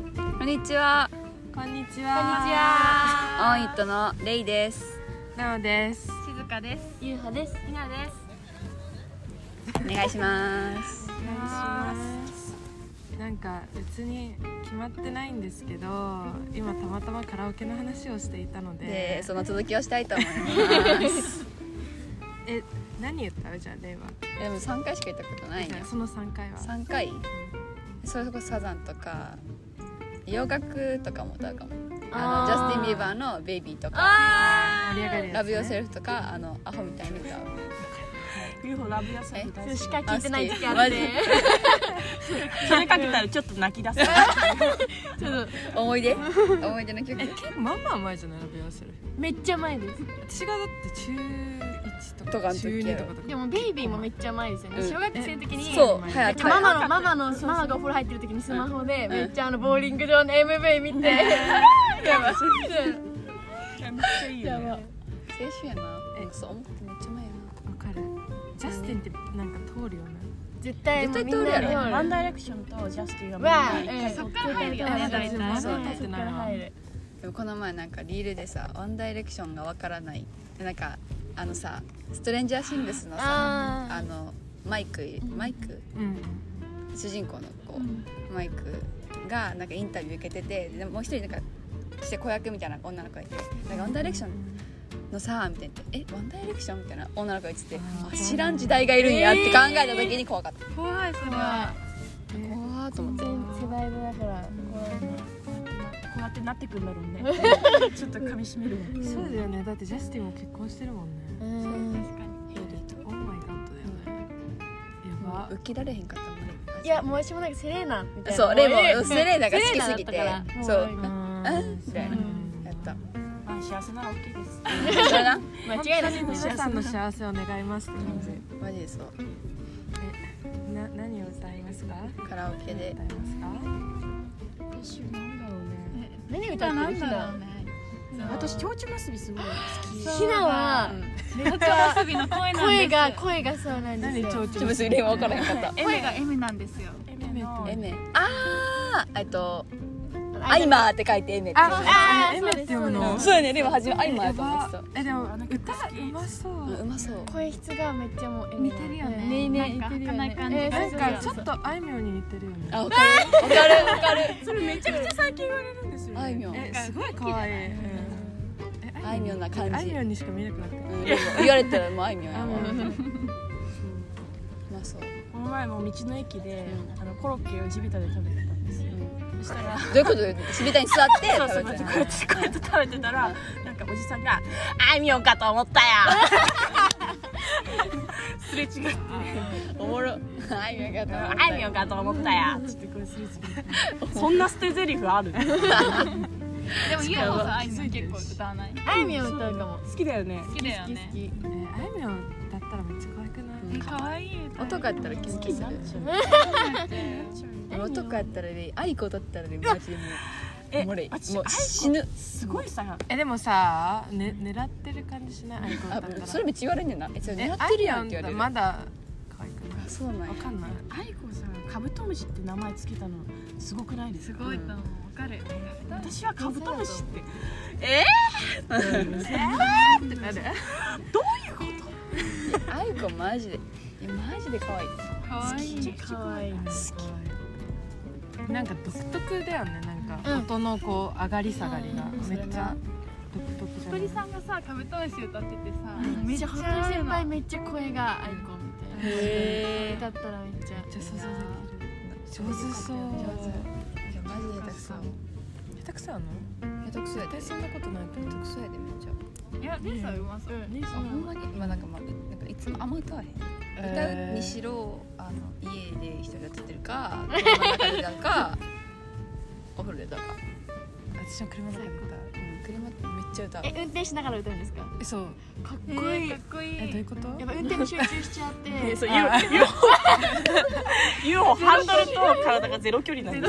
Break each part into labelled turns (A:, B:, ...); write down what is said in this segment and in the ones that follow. A: ちは
B: こんにち
C: こんにち
B: は。
A: オンイ
C: は。
A: ットのレイです
B: なおです。
C: 静香です。
B: ゆうはです。
C: ひなです。
A: お願いします
B: お願いします。なんか別に決まってないんですけど、今たまたまカラオケの話をしていたので、
A: でその続きをしたいと思います
B: え何言ったじゃあ令和。
A: でも3回しか行ったことないね
B: その三回は。
A: 3回それこそサザンとか洋楽とかも歌うかもあのジャスティン・ビーバーの「ベイビー」とか
C: あ
B: 盛り上がる
A: 「
B: やつ、ね。
A: ラブ・ヨーセルフ」とかあのアホみたいに歌う
C: ゆうほラブヤセ
A: ル大
C: 大好き。しか
A: 聞
C: 聞
A: い
C: い
A: て
C: て
A: な
C: ないい
A: 時
C: 時
A: 期あ
C: あ
A: っ
C: ってて。それかけたらちょっと泣き出す。ちょっと
A: 思い出思い出の曲
B: え結構まあまあ前じゃないラブヨーセルフ。
D: めっちゃ前です
B: 私がだって中一と
A: とか
B: か
A: の時
B: 中二とかとか。
D: でもベイビーもめっちゃ前ですよね、
A: うん
D: 小学生の時に
A: そう
B: めっちゃ
A: 早く
D: ママ
A: 早く
D: のママのママがお風呂入ってる時にスマホでめっちゃあのボーリング場の MV 見て、やばい
C: めっちゃいいよね。
A: 青春やな
B: え
A: そう思ってめっちゃ前やな
B: わかる。ジャスティンってなんか通るよね。
D: 絶対
A: 絶対
D: みん
A: 通るや
D: な
A: ろ
C: ワンダイレクションとジャスティが
D: わあ、
C: みんな一回
D: そっから入るよ
B: ね
D: 大体
B: 大体
D: そうそっから入る
A: でもこの前なんかリールでさワンダイレクションがわからないなんかあのさストレンジャーシングスのさ
D: あ
A: あのマイクマイク
B: うん。
A: 主人公の子、マイクがなんかインタビュー受けててでもう一人なんかして子役みたいな女の子がいて「なんかワンダイレクションのさ」みたいな言って「えワンダイレクション?」みたいな女の子が言ってて
B: あー
A: あ知らん時代がいるんやって考えた時に怖かった、
B: 怖いそれは。
A: 怖ーと思って
D: 全世代でだからこ
C: こうやってなってくんだろうね。ちょっと噛み締めるわ。
D: れ
B: そうだよねだってジャスティンも結婚してるもんね
D: うん
A: ヘイリーと
B: オーマイガットだよねやば
A: 受けられへんかったもんね
D: いやもう私もなんかセレーナみたいな
A: そうレイ
D: も
A: も
D: う
A: セレーナが好きすぎ
D: セ
A: て
D: レーナだったから
A: そ
D: も
A: う
B: う
A: うんみたいなやった
C: まあ幸せなら OK です。
A: そうな
D: 間違いな
B: 本当に
D: い
B: 皆さんの幸せを願いますって感じ
A: マジでそう
B: な何を歌いますか
A: カラオケで
B: 歌いますか
C: 私なんだろうね。
D: 何歌ってるひな
C: うね。私蝶々結びすごい好
D: ひなはめっちゃ
E: 結びの声なんです
D: 声が声がそうなんです
B: 何
D: よ
B: ちょう
A: ちょっとレイも分からへんかった
E: 声が M なんですよ
C: き。エメの
B: エ
A: エ
B: メ
A: メあーえっとア
D: あ
A: イマーって書いてエメって
B: あ
D: あー
B: エメって読む
D: そう
B: の
D: です
A: そうやねレイも初めアイマーやと思っ
B: や
A: てた
B: ばえでも歌うまそう
A: うんうまそう
D: 声質がめっちゃもう
E: 似てるよね
D: ねね似
E: なんか
D: てるよね
E: 儚い感じ
D: え
E: が
B: なん
D: そうそう
B: かちょっとあいみょんに似てるよね
A: あわかるわかるわかる
C: それめちゃくちゃ最近言われるんですよね。
A: あいみょん
B: えすごい可愛いうんえ
A: あいみょんな感じ
B: あいみょんにしか見えなくなって
A: うんレイも言われたらもうあいみょんやわう
B: あいみょん
A: まそう
C: この前も道の駅で、あのコロッケを地べたで食べてたんですよ、そしたら
A: どういうことしびたに座って
C: そうそう
A: 食べ
C: こう
A: て
C: や
A: る
C: ってこうやってこうやって食べてたらなんかおじさんが「あいみょんかと思ったよ」 すれ違って
A: おもろあいみょんやっ
C: 「
A: た
C: あいみょんかと思ったよ」ちょっとこれすれ違ってそんな捨て台詞ある
E: でもユーモさあいみょん結構歌わない
D: あいみょん歌うかも
C: 好きだよね
E: 好きだよね
B: えあいみょんだったらめっちゃ可愛くない
E: 可愛い歌
A: 音がやったらキュンキュンする男やったらでいい愛子だったらでマジでもう
C: え
A: もうレイ
C: あち
A: もう死ぬ
C: すごいさ
B: えでもさ、ね、狙ってる感じしないアイコンだ
A: あ
B: ったら
A: それめっちゃ言われんねんなえそれ
B: え
A: 狙ってるやんって言
B: アイコ
A: われ
B: ンだ
A: る
B: まだ可愛くな
A: あそうなん
B: い
A: や
B: わかんない
C: 愛子さんカブトムシって名前つけたのすごくないです
E: す
C: か
E: ごいと思うわかる
C: 私はカブトムシって
B: なる
A: 愛子マジでいやマジで可愛い
E: 可愛い
D: 可愛いね
B: なんか独特だよねなんか
D: うん
B: 音のこう上がり下がりが
D: うん
B: めっちゃ独特じゃない
E: 鳥さんがさカブトムシ歌っててさ
D: め
E: め
D: っ
E: っ
D: ち
E: ち
D: ゃ
E: ゃ
D: 服
E: ハマってる
D: 部先
E: の
D: 輩めっちゃ声がアイコンみたい
A: へ
D: な歌ったらめっちゃ
B: めっちゃ想像できる上手そう
A: えいやマジで下手くそ
B: 下手くそやの
A: 下手くそや
B: 絶
A: で
B: 対そんなことないと思
A: 下手くそやでめっちゃ
E: いやレイさんうまそう
D: うん
A: あほんまに今なんかまあなんかいつもあんま歌わへん歌うにしろあの家で一人で歌ってるか 車の中で歌うかお風呂で歌うか
B: 私も車の中で歌う
A: うん車ってめっちゃ歌う
D: え運転しながら歌うんですか
B: えそう
D: かっ
E: え
D: こい
E: ー
D: いや
E: かっこい
B: えどういう
E: い
B: こと
D: っぱ運転に集中しちゃって
C: えそう
B: あ
C: ユーユーユーホハンドルと体がゼロ距離なんだ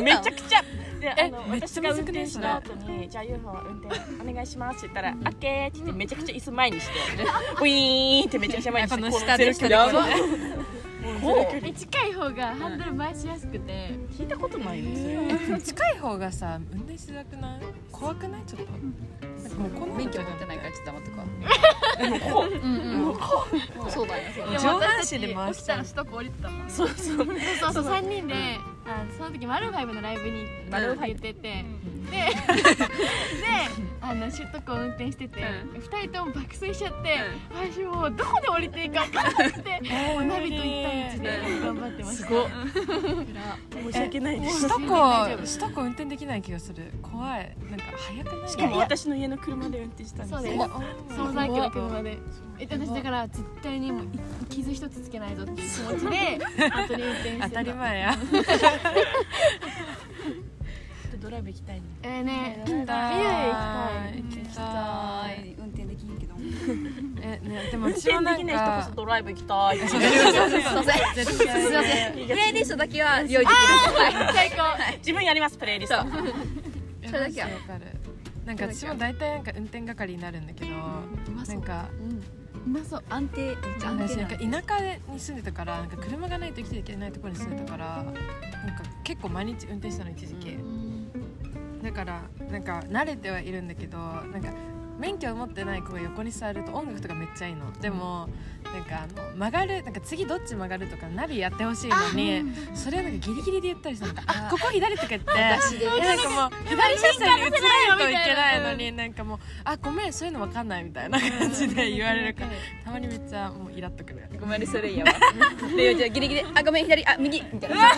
C: めちゃくちゃであの
B: めっちゃ
C: 私が
B: 難
C: 運
B: し
C: 転
B: い
C: した後に「じゃあユーホ運転お願いします」って言ったら「オッケー」って言ってめちゃくちゃ椅子前にしてウィーンってめちゃくちゃ前にして
B: この
C: こう
B: 下で
C: ゼロ距離
B: 下で
C: そうこう
D: え 近い方がハンドル回しやすくて
C: 聞いたことないんですよ
B: 近い方がさ運転しづらくない怖くないちょっとなんかもうこんなの
A: 免許持ってないからちょっと黙っとくわ
C: でもこう
A: うんうんそうだねそうだね
D: でも
B: 上半
D: 私
B: 身で回
E: 起き
B: しち
E: た
B: ゃ
E: ら
B: う
E: 首都高降りてたもんね
C: そうそう
D: そうそうそう3人で、あその時マルーンファイブのライブに
C: マルーンファイ
D: 言ってて、でであのシュットコを運転してて、
A: う
D: 二2人とも爆睡しちゃって、私もうどこで降りていいか分からなくてもうナビと一対一で頑張ってました
C: ご申し訳ないで
D: もう
C: す
B: 首都
D: 大丈
B: 高
D: 夫
B: 首都高運転できない気がする怖いなんか早くない
C: しかも私の家の車で運転したんです
D: そう
C: よ
D: ですその
B: だ
D: さっきの車でえ私だから絶対にもうい傷一つつけないぞっていう気持ちで後に運転してた
B: 当たり前や
C: ドライブ行きたいね
D: えー
B: 行
D: ね
B: きたい
D: 未来行きたい
B: 行き
A: あ
B: たい
A: ー運転できんけ ど
B: えねでも
C: 運
B: 私も
C: 転
B: な
C: でき
B: ん
C: ない人こそ
B: か
C: ドライブ行きたいって
A: すいませんすいませんプレイリストだけは用意できる
D: 最高
C: 自分やりますプレイリスト
A: それだけや
B: わかるなんか私も大体なんか運転係になるんだけど
A: うま
B: な
A: そうん
B: か
A: うまそう安定めっちゃ安
B: 私
A: 定
B: なん
A: な
B: か
A: の
B: 田舎に住んでたからなんか車がないと生きていけないところに住んでたからなんか結構毎日運転したの一時期、
C: う
B: だからなんか慣れてはいるんだけどなんか免許を持ってない子が横に座ると音楽とかめっちゃいいのでもなんかあの曲がるなんか次どっち曲がるとかナビやってほしいのにそれをなんかギリギリで言ったりしたのなんかあここ左とか言ってえなんかもう左車線に移らないといけないのになんかもうあごめんそういうのわかんないみたいな感じで言われるからたまにめっちゃもうイラっとくる
A: ごめんねそれいいやわでじゃあギリギリあごめん左あ右みたいな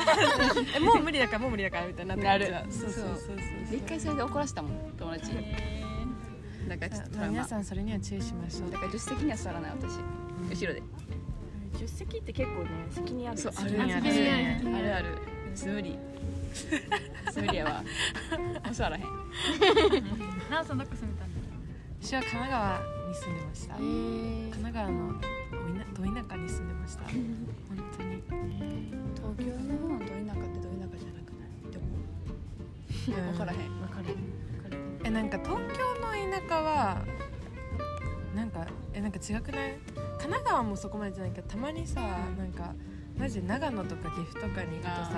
B: えもう無理だからもう無理だからみたいになって
A: なる
B: こっちはそうそうそうそう
A: 一回それで怒らしたもん友達だからちょっとト
B: まあ
A: ラウマ
B: 皆
A: だか
B: さんそれには注意しましょう
A: ら助手席には座らない私後ろで
C: 助手席って結構ね責任ある
A: そうあ
B: あ
A: る
B: る
A: ん
B: ん
A: や
B: や
A: あ
B: あ
A: る
B: る
A: ん
B: ん
A: や
B: や
A: あるあるつむりつむりやわお座らへん
E: ナンさんどこ住んでたんだ
B: 私は神奈川に住んでました、神奈川のど田ど田舎に住んでま した本当に、
A: 東 京の方のど田舎ってど田舎じゃなくないでも分からへん
C: わかる
B: えなんか東京の田舎はなんかえなんか違くない神奈川もそこまでじゃないけどたまにさなんかマジで長野とか岐阜とかに行くとさ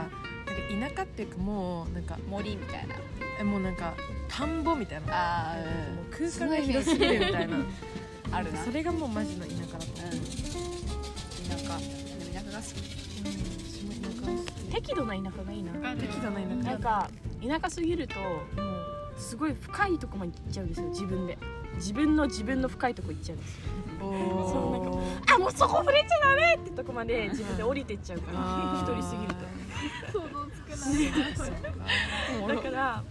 B: なんか田舎っていうかもうなんか
A: 森みたいな
B: えもうなんか田んぼみたいな
A: あ
B: もう空間が広すぎるみたいな
A: あるな
B: それがもうマジの田舎だった、
A: うん田舎でも田舎が好き
B: 私も田舎は好き
C: 適度な田舎がいいな
B: 適度な田舎
C: なんか田舎すぎるともうすごい深いとこまで行っちゃうんですよ自分で自分の自分の深いとこ行っちゃうんですよそうなんかあもうそこ触れちゃダメってとこまで自分で降りてっちゃうから
B: あー
C: 一人すぎるとだから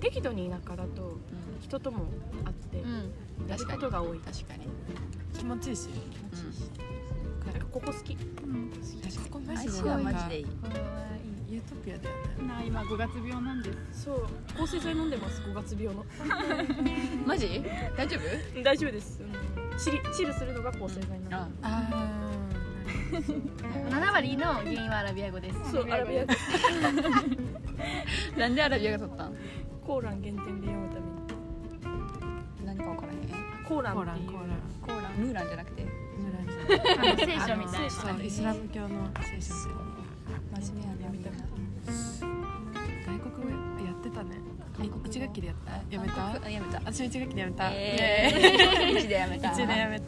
C: 適度に田舎だと人とも会って
A: うん
C: やる
A: 確
C: こ
A: か
C: と
A: に
C: が多い
A: 確かに
B: 気持ちいいし
C: なんかここ好き
B: ここマジ
A: 足
B: で
A: は
B: なん
A: マジ
B: か
A: でいい
B: ユートピアだよね
E: な今5月病なんです
C: そう抗生剤飲んでます5月病の
A: マジ大丈夫
C: 大丈夫ですチリチルするのが抗生剤なの
B: あ
D: 7割の原因はアラビア語です
C: そうアラビア語
A: なんでアラビアが取ったん
C: コーラン原点で読むために
A: 何か分からへん
C: コーラ
B: コー
C: ン
B: ラ
C: って
B: ン
C: いう
B: コーラン
C: コーラン
A: ムーランじゃなくて
D: あの聖書みたいな
B: そうイスラム教の聖書み
A: 真面目やなみたいな
B: たいな外国語やってたね一学期でやったやめた
A: あやめた
B: 私も一学期でやめた
A: え
B: イエ
A: えー、1でやめた
B: ーイ一でやめた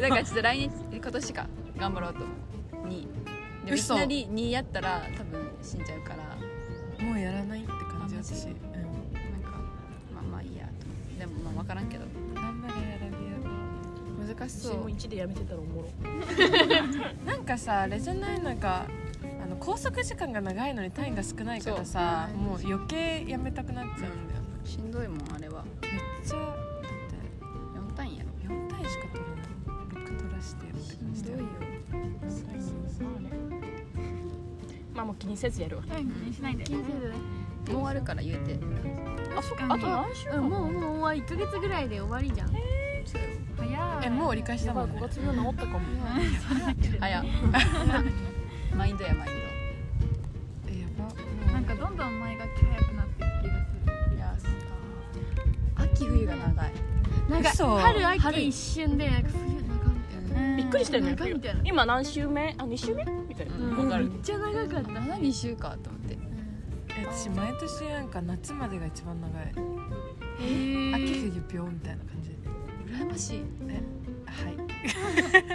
A: だからちょっと来年今年か頑張ろうと思う2でもいき
B: 嘘
A: なり2やったら多分死んじゃうからなんか
B: もうやらないって感じ私うん
A: まあまあいいやと思ってでもまあ分からんけど
B: 頑張れアラビ
A: 難し
C: 私
A: そ
C: も
A: う
C: 1でやめてたらおもろ
B: ア語なんかさあれじゃないなんかあの拘束時間が長いのに単位が少ないからさ
A: そう
B: もう余計やめたくなっちゃうんだよね
A: しんどいもんあれは
B: めっちゃだって
A: 4単位やろ
B: 4単位しか取れない6取らしてやるって感じだよね
C: まあもう気にせずやるわ
E: うん気にしないで
D: 金星でね
A: もう終わるから言うて
C: あそっかあと何週
D: う
C: 間
D: んもうもう終わり1ヶ月ぐらいで終わりじゃん
A: そうよ
E: 早い
B: えもう折り返し
C: や
B: た
C: ば
B: も
C: い
B: んね
C: 5月病治ったかも
A: 早っマインドやマイン
B: えやばもう
E: なんかどんどん前学期早くなってる気がする
A: ドいや秋冬が長い
D: なんか
B: 嘘
D: 春秋
A: 春
D: 一瞬でなんか冬長いみたいな
A: うん
E: び
C: び
E: っ
C: っっくりしたよね
D: 長いみたいな
C: 今何週目あ二週目みたいな
B: うん
C: わかる
D: めっちゃ長かった
A: まだ2週かと思って
B: え私毎年なんか夏までが一番長い
D: へえ
B: 秋冬病みたいな感じ
A: 羨ましい
B: はい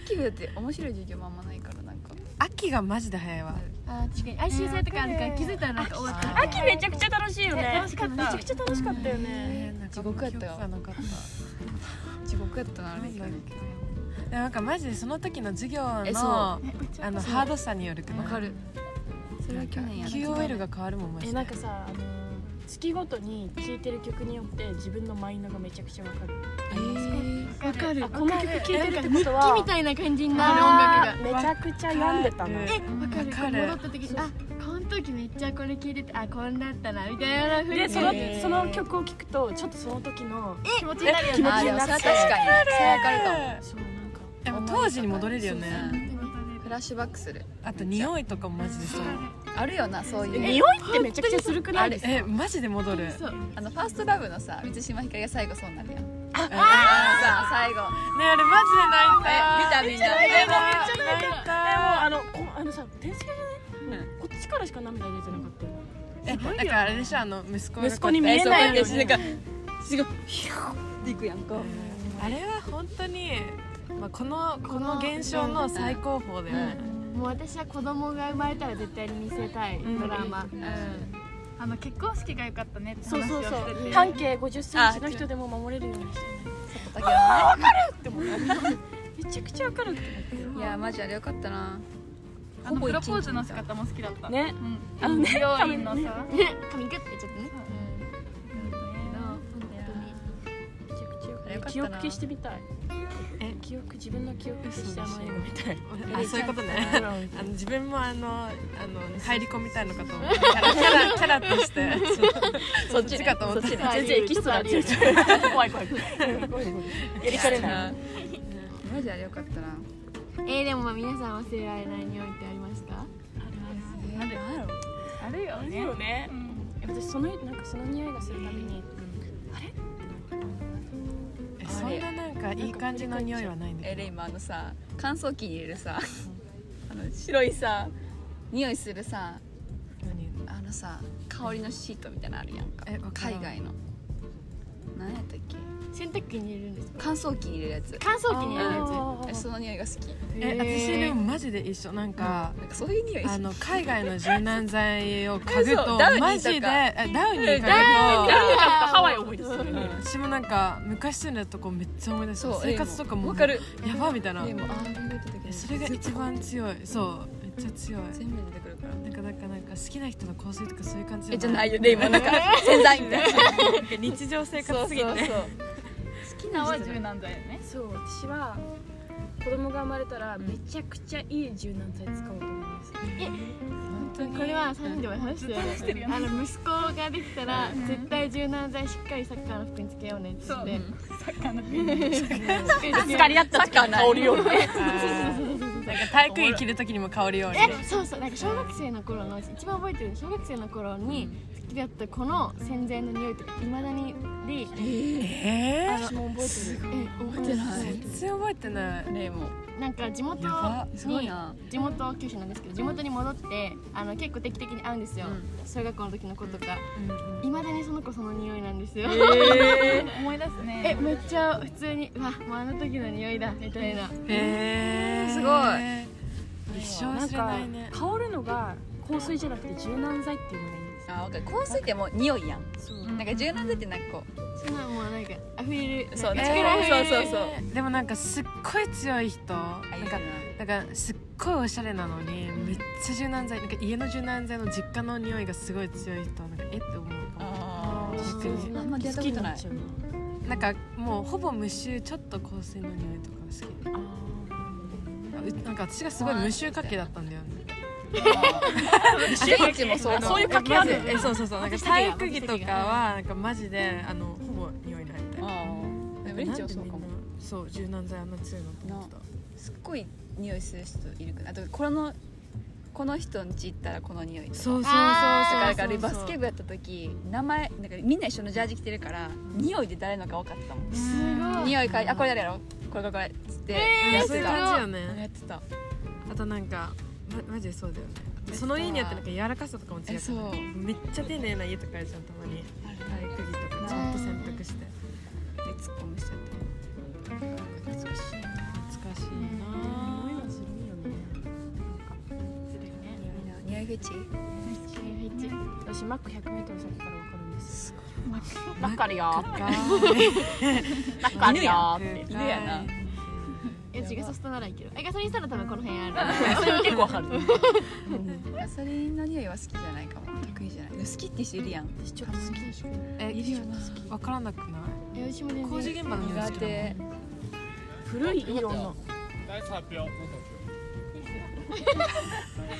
A: 秋冬って面白い授業もあんまないからなんか
B: 秋がマジで早いわ
D: あ確かに IC さんとかあるから気づいたらなんか終わってた
C: 秋めちゃくちゃ楽しいよね
D: ね楽しかった
C: めちゃくちゃ楽しかったよね
B: えーなんか
A: 地獄やったよ
B: 記憶がなかった
A: 地獄やったなあれ
B: なんだっけでもなんかマジでその時の授業の
A: えそう
B: あ
D: あ
B: のハードさによるく
A: わ
B: ない
A: かるそれは去年や
B: QOL が変わるもんマジ
C: え
B: で
C: なんかさあの月ごとに聴いてる曲によって自分のマインドがめちゃくちゃわかる
A: えー
D: わかる
C: あこの曲聴いてるってこと
D: 木
C: は
D: みたいな感じになる音楽が
C: あーめちゃくちゃ病んでたな
B: え
D: わかる
B: わかる
D: 戻った時にあこの時めっちゃこれ聞いててあこんだったなみたいなふう
C: で
D: に
C: その
B: えー
C: その曲を聴くとちょっとその時の
D: 気持ちになるよ
C: え気持
D: ね
A: あーでもそれは確かにそれはわかるかも
C: そうなんか
B: でも当時に戻れるよね
A: フラッシュバックする
B: あと匂いとかもマジでそう
A: あるよなそういう
C: え
A: ね
C: 匂いってめちゃくちゃするくないですか
B: えマジで戻る
D: そう
A: あのファーストラブのさ満島ひかりが最後そうなるやん
B: あね
A: あのさ最後
B: あれマジ
A: え見た見
B: で泣いた
A: た
B: えも
C: めっちゃ泣いたあのこあのさ天才じゃない、こっちからしか涙出てなかったよ
B: えなんかあれでしょあの息子が
C: 息子に見
A: え
C: え
A: そう
C: ないよう
A: 私
C: に
A: なんかすごいヒューっていくやんか
B: あれは本当にまあこのこの現象の最高峰だよね
D: もう私は子供が生まれたら絶対に見せたいドラマ
E: あの結婚式が良かったねって
C: そう
E: 話
C: そ
E: を
C: う
E: し
C: そ
E: て
C: う
E: て
C: 半径50センチの人でも守れるようにして
A: だけどね
C: でもめちゃくちゃわかるって思っ
A: いやマジあれよかったな
E: あのプロポーズの仕方も好きだった
C: てね
E: うん
C: あのね
E: 美容院のさ
D: ね髪グッてちょっとね
C: めちゃくちゃよか
A: あれよかったな
C: る記憶消してみたい
B: え
C: 記憶自分の記憶消してあんまり みたい
B: あそういうことね
C: うん
B: あの自分もあのあの入り込みたいのかと思ったキャラキャラキャラとしてそっちかと思った
C: 全然エキストラ全然 怖い怖い怖い怖いやりかねない
A: マジあれよかったな
D: えー、でもまあ皆さん忘れられない匂いってありますか
A: えなんやろ
E: あるよ
C: いい
E: ね
C: よね
E: うん
C: 私そのなんかその匂いがするために
B: えそんななんかいい感じの匂いはないんだ
A: え
B: け
A: で
B: ど
A: 今あのさ乾燥機に入れるさあの白いさ匂いするさ
B: 何
A: あのさ香りのシートみたいなのあるやんか
B: えわからん
A: 海外の何やったっけ
D: 洗濯機に入れるんですか
A: 乾燥機に入れるやつ
D: 乾燥機に入れるやつ
A: えその匂いが好き
B: え私でもマジで一緒なんか
A: なんかそういう匂い
B: あの海外の柔軟剤を嗅ぐ
A: 嘘
B: と
A: ダウニーとか
B: マジでえダウニー嗅ぐと
C: ハワイ思い出するね
B: 私もなんか昔住んでたとこめっちゃ思い出した
A: そう
B: 生活とかも
A: わかる
B: やばみたいな
A: でもああ考えた時
B: え
A: に
B: それが一番強いそうめっちゃ強い
A: 全部出てくるから
B: なんかなんかなんか好きな人の香水とかそういう感じ
A: えじゃないいよね今なん か洗剤みたいな
B: 日常生
A: そうそ
B: 活す
A: う
B: ぎ
A: そう
B: て
A: 好き
E: 今
A: な
E: は
A: 人
E: 柔軟剤よね
C: そう私は子供が生まれたらめちゃくちゃいい柔軟剤使おうと思います
D: これは3人でも話して
E: 話してるよね
D: あの息子ができたら絶対柔軟剤しっかりサッカーの服につけようねって言って
E: サッカーの国に
C: ぶつかり合った時に香りをね
B: あ ーなんか体育着着る時にも香るように
D: えそうそうなんか小学生の頃の一番覚えてる小学生の頃に好きだったこの洗剤の匂いとかいまだにで
B: えー
C: 私も覚えてる
D: え覚えてな
B: 全然覚えてない
A: レイも
D: なんか地元
B: やば
A: すごい
D: に
A: な
D: 地元九州なんですけど地元に戻ってあの結構定期的に会うんですよ、小学校の時の子とかいま、未だにその子その匂いなんですよ、
E: 思い出すね
D: えめっちゃ普通にうわもうあの時の匂いだみたいな
B: えー、
A: すご
B: い一生
C: なん
B: 忘れ
C: か
B: ないね
C: 香るのが香水じゃなくて柔軟剤っていうのがいいんですよ
A: あわかる香水ってもう匂いやん
C: そう
E: うん
A: なんか柔軟剤ってなんかこ
D: そんなもうなんか溢れる
A: うそう
D: なん
A: ね
D: か
A: そうそうそう
B: うでもなんかすっごい強い人なん
A: あいい
B: か
A: かな
B: なんかすっごいおしゃれなのにめっちゃ柔軟剤なんか家の柔軟剤の実家の匂いがすごい強い人はなんかえって思うか
A: あ
B: も逆に
A: あんま出会った
C: 好
A: こ
C: き
A: とな
C: にない っちゃう
B: なんかもうほぼ無臭ちょっと香水の匂いとかが好き
C: な
B: うなんか私がすごい無臭家系だったんだよね。
A: シュイチもそう
B: あの
C: そういう家系ある
B: まずえそうそうそう。なんか体育着とかはなんかマジであのほぼ匂いないみたいな。
A: でもレンチはそうかも
B: なんでみんな。そう柔軟剤あんな強いのと思ってた。
A: すっごい匂いする人いるくないあとこのこの人ん家行ったらこの匂いとか
B: そうそうそうそう。
A: だ
B: だ
A: からバスケ部やった時名前なんかみんな一緒のジャージ着てるから匂いで誰のか分かったもん
E: すごい
A: 匂い嗅いあこれ誰やろこれこれこれっつって、
B: いやそういう感じよ
A: うんや
B: ね
A: ってた
B: あとなんかまマジでそうだよねその家によってなんか柔らかさとかも違うから
A: え
B: ね
A: そう
B: めっちゃ丁寧な家とかあるじゃんたまに合鍵とかちゃんと洗濯して
A: で突っ込むしちゃって懐かしい
B: 懐かしいな
C: ういうのずるいよね
A: 匂いフェチ
C: 私マック 100m 先から分かるんですよマックあるよマックあるよって
A: 犬やな
D: え違うソフトならいいけどえガソリンしたら多分この辺ある
C: それも結構分かる
A: ガソリンの匂いは好きじゃないかも得意じゃないでも好きって人いるやん
C: 私ちょっと好きでしょ
B: え
A: いるよな
B: わからなくない
D: え私も全然
B: 工事現場の匂い好きだもん
C: 古いイオンの
F: 大発表。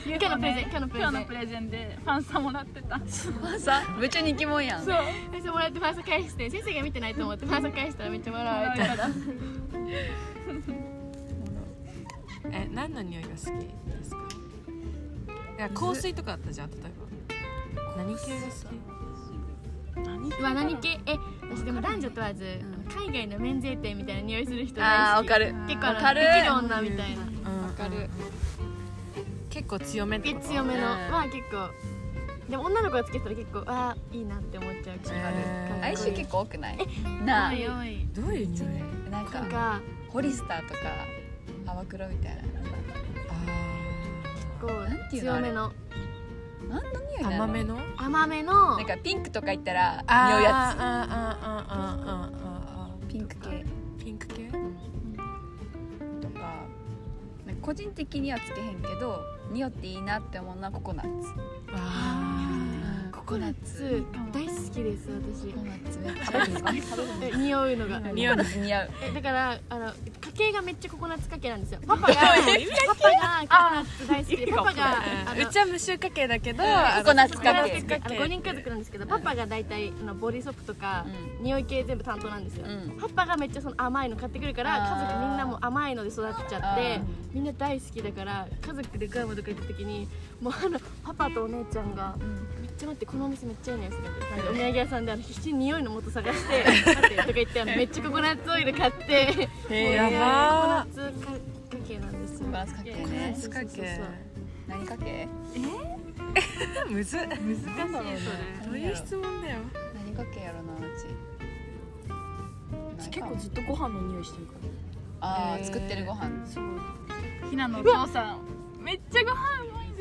E: 今
D: 今日のプレゼン今日のプレゼ
E: 今日
D: ン
E: のプレゼンでファンさんもらってた
A: まあさめっちゃ人気もんやん
E: そう
D: 先生もらってファースト返して先生が見てないと思ってファースト返したらめっちゃ笑われちゃう
E: あ
B: え何の匂いが好きですかいや香水とかあったじゃん例えば何系が好き
D: うわ何系え私でも男女問わず海外の免税店みたいな匂いする人
A: あーわ
D: 大好き
A: かる
D: 結構あ
A: わかる
D: のできる女みたいな
B: わ
A: わかる
B: 結構強めってこと
D: 強めの
B: うん
D: は結構でも女の子がつけてたら結構あーいいなって思っちゃう気がある
B: えー
A: 哀愁結構多くないな
E: 多
A: あ
E: い多い
B: どういう匂い
A: なんか
D: なんか
A: ホリスターとか泡黒みたい
B: あ
D: こ
A: なん
D: う
A: ていうのあ
D: 強
A: れ
D: めの
A: な何の匂い
B: ー
A: なの
B: 甘めの
D: 甘めの
A: なんかピンクとか行ったら匂うや
B: あーあーあーあーあーあ
A: つピンク系
B: ーピンク系
A: とかなんか個人的にはつけへんけど匂っていいなって思うのはココナッツ
B: あ
D: ココナッツ大好きです私
A: ココナッツめっちゃいい
D: え匂うのが
A: 匂う似合う
D: えだからあの家系がめっちゃココナッツ家系なんですよ パパがパパがココナッツ大好きでパパがあ
B: ー
D: の
B: うちは無臭家系だけどあの
A: ココナッツ
D: コ
A: 家系
D: コナッ
B: ココナ
D: ツ家
B: ッツ
D: 系
B: 系
D: 5人家族なんですけどパパが大体あのボディソープとか
A: う
D: 匂い系全部担当なんですよ
A: うん
D: パパがめっちゃその甘いの買ってくるから
A: あー
D: 家族みんなもう甘いので育っちゃって
A: あー
D: みんな大好きだから家族でグアムとか行った時にもうあのパパとお姉ちゃんが
A: んうん
D: 「めっちゃ待ってこのお店めっちゃいい匂いする」ってなんかお土産屋さんであの必死に匂いの元探して「待って」とか言ってあのめっちゃココナッツオイル買って
B: えー
D: もう
B: やば
D: ココナッツかけなんですよ
A: ココナッツ家系ね
B: ー無臭家
D: そうそう
B: 系
D: そう
A: 何かけ
B: むずっ
E: 難しいそれ
B: どういう質問だよ
A: 何かけやろなうち
C: 結構ずっとご飯の匂いしてるか
A: あ
B: え
A: あ
B: ー
A: 作ってるご飯
C: らそう
E: ひなのお父さんめっちゃご飯うまいん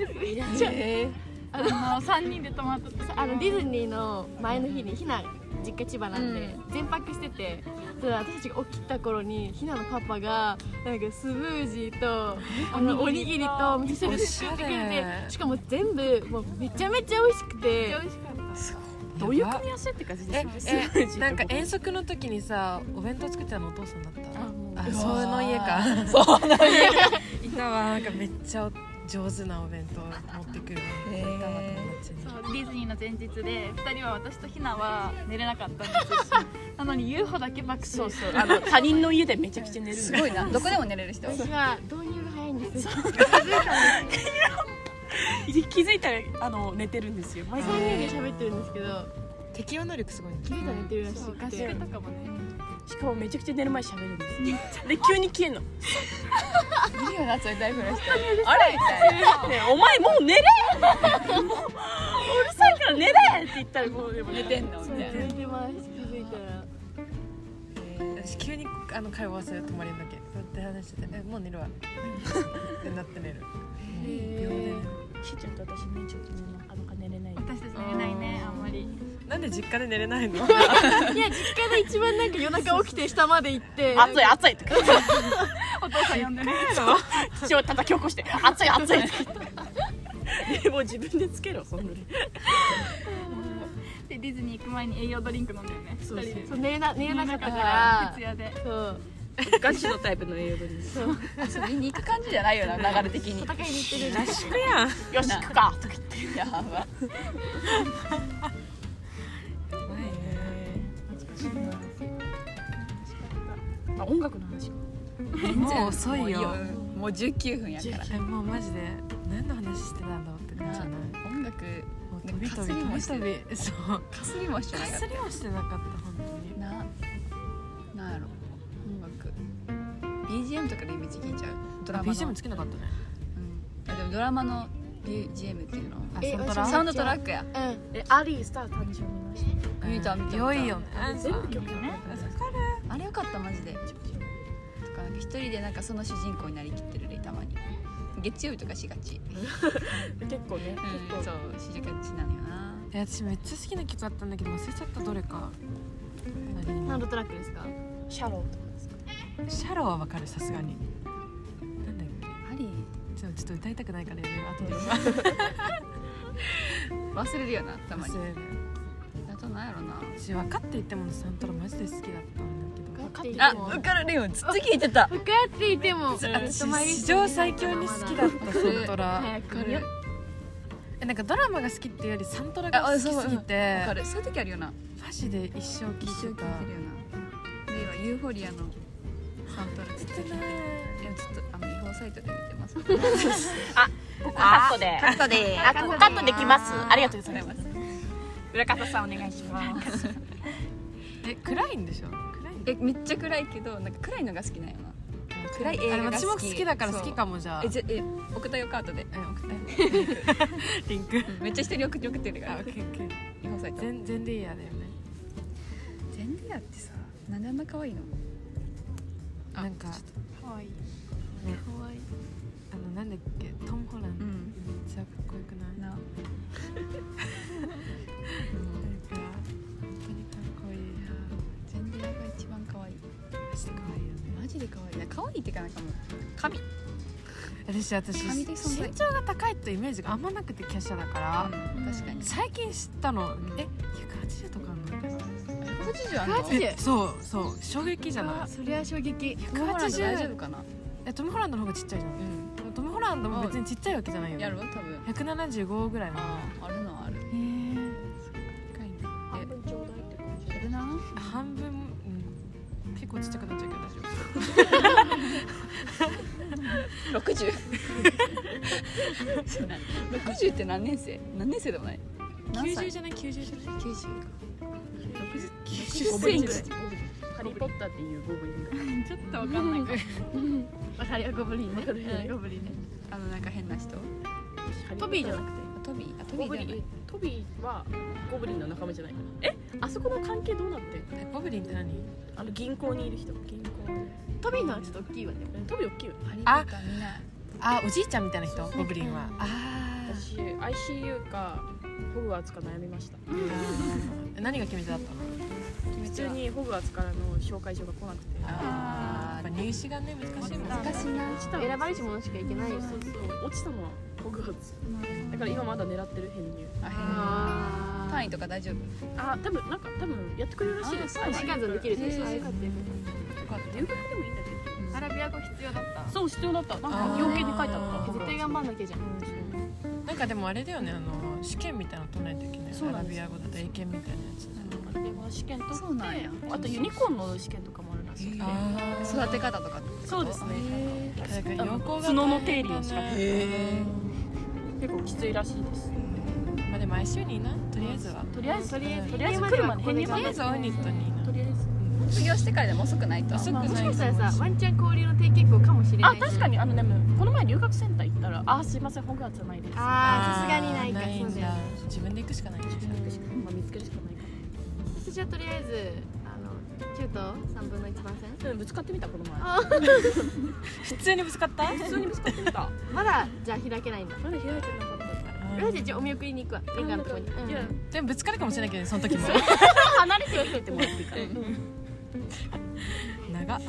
E: ですよ
A: えー
E: あの3人で泊まった時
D: あのディズニーの前の日にひな実家千葉なんで、全泊しててそれで私たちが起きた頃にひなのパパがなんかスムージーとあのおにぎりと味噌汁作ってく
B: おし
D: れ
B: ゃれ
D: てしかも全部もうめちゃめちゃ美味しくて
E: 美味しかった
C: どういう組み合わせって感じ
B: え
C: で
B: えなんか遠足の時にさお弁当作ってたのお父さんだった
C: もう
B: あ
A: うわ
B: その家か
A: そう
B: いたわなんかめっちゃ上手なお弁当持ってくる
A: へ
B: い
A: ー
B: たわ友達に
E: そうディズニーの前日で2人は私とひなは寝れなかったんですよなのに UFO だけ爆
C: そ
E: 睡
C: うそうあの他人の家でめちゃくちゃ寝る
A: すごいなどこでも寝れる人
D: 私は導入が早いんですよ
C: 気づいたらあの寝てるんですよ毎
D: 3
C: 回
D: 人で喋ってるんですけど
B: 適応能力すごいね
D: 気づいたら寝てるらし
E: そう
D: く
E: 合
D: て
E: 宿とかもね
C: しかもめちゃくちゃ寝る前喋るんですで急に消えんの、ね
A: いるよなそういうタイプの人あれみたいな
C: えお前もう寝れもううるさいから寝れって言ったらもうでも
A: 寝てんのみ
D: そう
A: たいな
D: 寝てます気づいたら
B: 私急にあの会話忘れて止まれんだけこうやって話してて「えもう寝るわ」ってなって寝る秒で寝る
C: しーちゃんと私ねちょっとねなかなか寝れない
E: 私たち寝れないねあんまり
B: なんで実家で寝れないの
D: いや実家で一番なんか夜中起きて下まで行って
C: 熱い熱いとか
E: お父さん呼んでね
C: 口を叩き起こして熱い熱いとか言ってでもう自分でつけろそんなに
E: でディズニー行く前に栄養ドリンク飲んだよね2人
C: うそう
E: で
D: そう寝れな寝れなかったか
E: 徹
D: ら
E: 夜で
D: そう
C: ガチのタイプの英語に
D: そう
A: 遊びに行く感じじゃないよな流れ的に
D: 戦いに行ってるんですよ
C: よし行くかとか言って
A: やば
C: あ音楽の話
B: もう遅いよ
A: もうもう19分やから
B: えもうマジで何の話してたんだろうって感じじゃないも
A: 音楽
B: う飛び飛び
A: かすりもして
B: 飛び飛びそ
A: か
B: う
A: すりもして
B: か
A: なかっ
B: すりもしてなかった本当
A: たななんやろ音楽 BGM とかでイメージ聞いちゃうドラマの
B: BGM つけなかったね
A: うんあでもドラマの BGM っていうの
B: あ
D: え
B: サント
D: あ
B: ラ
A: サウンドトラックや
D: うん
C: えアリースター誕生日見まし
A: 見えた見た見た
B: 良いよね
C: 全部曲
E: ね
A: あれよかったマジでとかなんか一人でなんかその主人公になりきってるでたまに月曜日とかしがち、
C: た結構ね
A: うん、そうしがちなのよな
B: え私めっちゃ好きな曲あったんだけど忘れちゃったどれか
D: サウンドトラックですか
C: シャローとか
B: シャローはわかるさすがになんだっけ
A: ハリー
B: ちょちょっと歌いたくないからやめる後で
A: 忘れるよなたまに
B: 忘れる
A: あとなんやろな
B: 私分かっていてもサントラマジで好きだったんだけど
D: 分かっていて
A: あ
D: も
A: 浮からるよずっと聞いてた
D: 分かっていても
B: 私史上最強に好きだったサントラ
D: 早く
A: わかる
D: よ
B: えなんかドラマが好きっていうよりサントラが好きすぎ
A: わ
B: て
A: かるそういう時あるよな
B: マジで一生聴い
A: 一生聞い
B: てた
A: てるよなで今ユーフォリアのサントラ聞いてるいやちょっとあの違法サイトで見て ます
C: カットで
A: カットで
C: あカットできますありがとうございます浦方さんお願いします
B: え暗いんでしょ暗い
A: えめっちゃ暗いけどなんか暗いのが好きなんよな暗い映画が好き
B: あ私も好きだから好きかもじゃあ
A: えじゃえ送ったよカートで
B: え送 ってリンク
A: めっちゃ人に送って送ってるか
B: あ
A: ら
B: オッケーオッケー
A: 違法サイト
B: 全全でいいやだよね
A: 全然やってさなんであんな可愛いのあ
B: なんか
D: 可愛い
B: ね
D: 可愛い
B: あのなんだっけトム・ホラン
A: う
B: ドめっ
A: ん
B: ちゃかっこよくない
A: な
B: なんか本当にかっこいいな
A: 全然が一番可愛い
B: マジで可愛いよね
A: マジで可愛いな可愛いってかなんかもう神
B: 私私
A: 神的存在
B: 身長が高いってイメージがあんまなくて華奢だから、
A: うん確かに
B: 最近知ったの、
A: ん
B: え180とかあんの
A: 180あんの
D: マジで
B: そうそう衝撃じゃない
D: それは衝撃
A: トムホランド大丈
B: 180
A: 夫かな
B: えトム・ホランドの方がちっちゃいじゃん
A: う
B: でもトム・ホランドも別にちっちゃいわけじゃない
A: ん
B: よ
A: やろ多分
B: 175ぐらいの
A: あああるのはある
B: へえ
A: 深いな
C: 半分ちょうだいって感じ
A: やるな
B: 半分、うん、結構ちっちゃくなっちゃうけど大丈
A: 60そうなん60って何年生何年生でもない
B: 夫
A: 何歳
B: 90じゃない90じゃない
A: 90か
C: ゴ
A: 60
C: ブ
A: 歳
C: リン
A: ぐ
C: ぐ
A: ら
C: ら
A: い
C: いハリー・ポッターっていうゴブリンぐらい
E: ちょっとわかんないかも
D: わかるよゴブリンね
E: うんゴブリンね
A: あのなんか変な人
D: トビーじゃなくて
A: あトビーあトビ
C: ゴブ
A: ー
C: リ
A: じゃない
C: ントビーはゴブリンの仲間じゃないえあそこの関係どうなってん
B: え
C: の
B: ボブリンって何
C: あの銀行にいる人銀行
D: トビーのはちょっと大きいわね
C: トビー大きいよね
A: ハリーポッター見ない
B: あおじいちゃんみたいな人
C: そう
B: ボブリンはあ
C: 私 ICU かホグワーツか悩みました
B: ーあー何が決め手だったの
C: 普通にホグワーツからの紹介状が来なくて
B: あーやっぱ入試がね難しいもんね
A: 難しいな
C: 落ちたの
D: 選ばれし者しかいけない
C: そ
D: よ
C: うそうそう落ちたのはホグワーツだから今まだ狙ってる編入
A: あ変
D: あー
A: 単位とか大丈夫
C: あ多分なんか多分やってくれるらしいです
A: あそうなん
D: 新幹線できるって
A: へー
D: あよかったよか
C: 留学でもいいんだけど
E: アラビア語必要だった
C: そう必要だったなん
B: あ
C: か
B: ー
C: 要件で書いてあった
D: った絶対頑張んなきゃじゃん
B: なんかでもあれだよねあの試験みたいなの取らないといけない
C: そう
B: ア
C: な
B: ラ
C: んです
B: ビア語だと英検みたいなやつ
C: あれは試験取
A: そうなんや
C: ってあとユニコーンの試験とかもあるらしい
B: あー
A: 育て方とか
C: そうですね
B: なんか要項が
C: 角の定理をしか
B: 大変だね
C: 結構きついらしいです
B: まあでも毎週にいいなとりあえずは
C: とりあえず
D: とりあえず
C: とりあえず来るまで
D: こ
C: 編
D: れ
C: 入
B: と
C: ま
B: りあ
C: で
B: えずオニットにいいな
C: とりあえず
A: 卒業してからでも遅くないとは思う
B: 遅くない
D: もしかしたらさワンチャン交流の定型校かもしれな
C: あ
D: いし
C: 確かにあのでもこの前留学センター行ったらあすいませんホグワーツじゃないですま
D: あーさすがにないか
B: ない
D: そうんだよ
B: だ自分で行くしかないでし
C: あ見つけるしかないか
D: 私はとりあえずあの中途3分の1番線
C: らうんぶつかってみたこの前
D: あ
B: 普通にぶつかった
C: 普通にぶつかってみた
D: まだじゃあ開けないんだ
C: まだ開いてなかっ
D: よしじゃあお見送りに行くわ玄関のとこに、
C: たいや
B: でもぶつかるかもしれないけどねその時も
C: 離れておいてもらっていいかな
B: 長 っ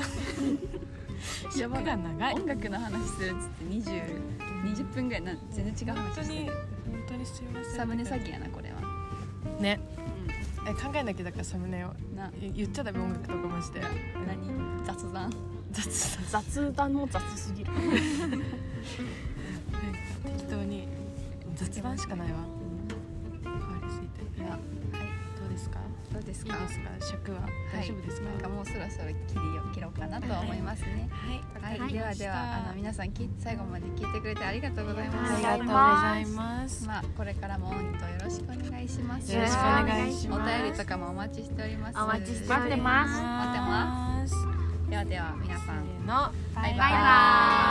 B: 尺が長い
A: 音楽の話するっつって20 20分ぐらいな全然違う
B: 本
A: 話
B: 当
A: して
B: に
A: る
B: 本当にすいません
A: サムネ詐欺やなこれは
B: ねえ考えなきゃだからサムネを
A: な
B: え言っちゃダメ音楽とかまして
A: 何雑談
B: 雑談
C: 雑談も雑すぎる
B: 適当に雑談しかないわ変わりすぎて
A: いやはい
B: どうですか
A: どうです
B: いい
A: か
B: ですか尺は大丈夫ですか
A: なんかもうそろそろ切りよ切ろうかなと思いますね
B: は
A: はいい、ではではあの皆さんき最後まで聞いてくれてありがとうございま
B: あり
A: す
B: がとうございます
A: まあこれからもオンとよろしくお願いします
B: よろしくお願いし
A: お
B: ます
A: 便りとかもお待ちしております
D: お待ちしております
A: 待ってます
B: 待ってます
A: ではでは皆さん
G: せーの
A: バイバイ
B: バイバーイ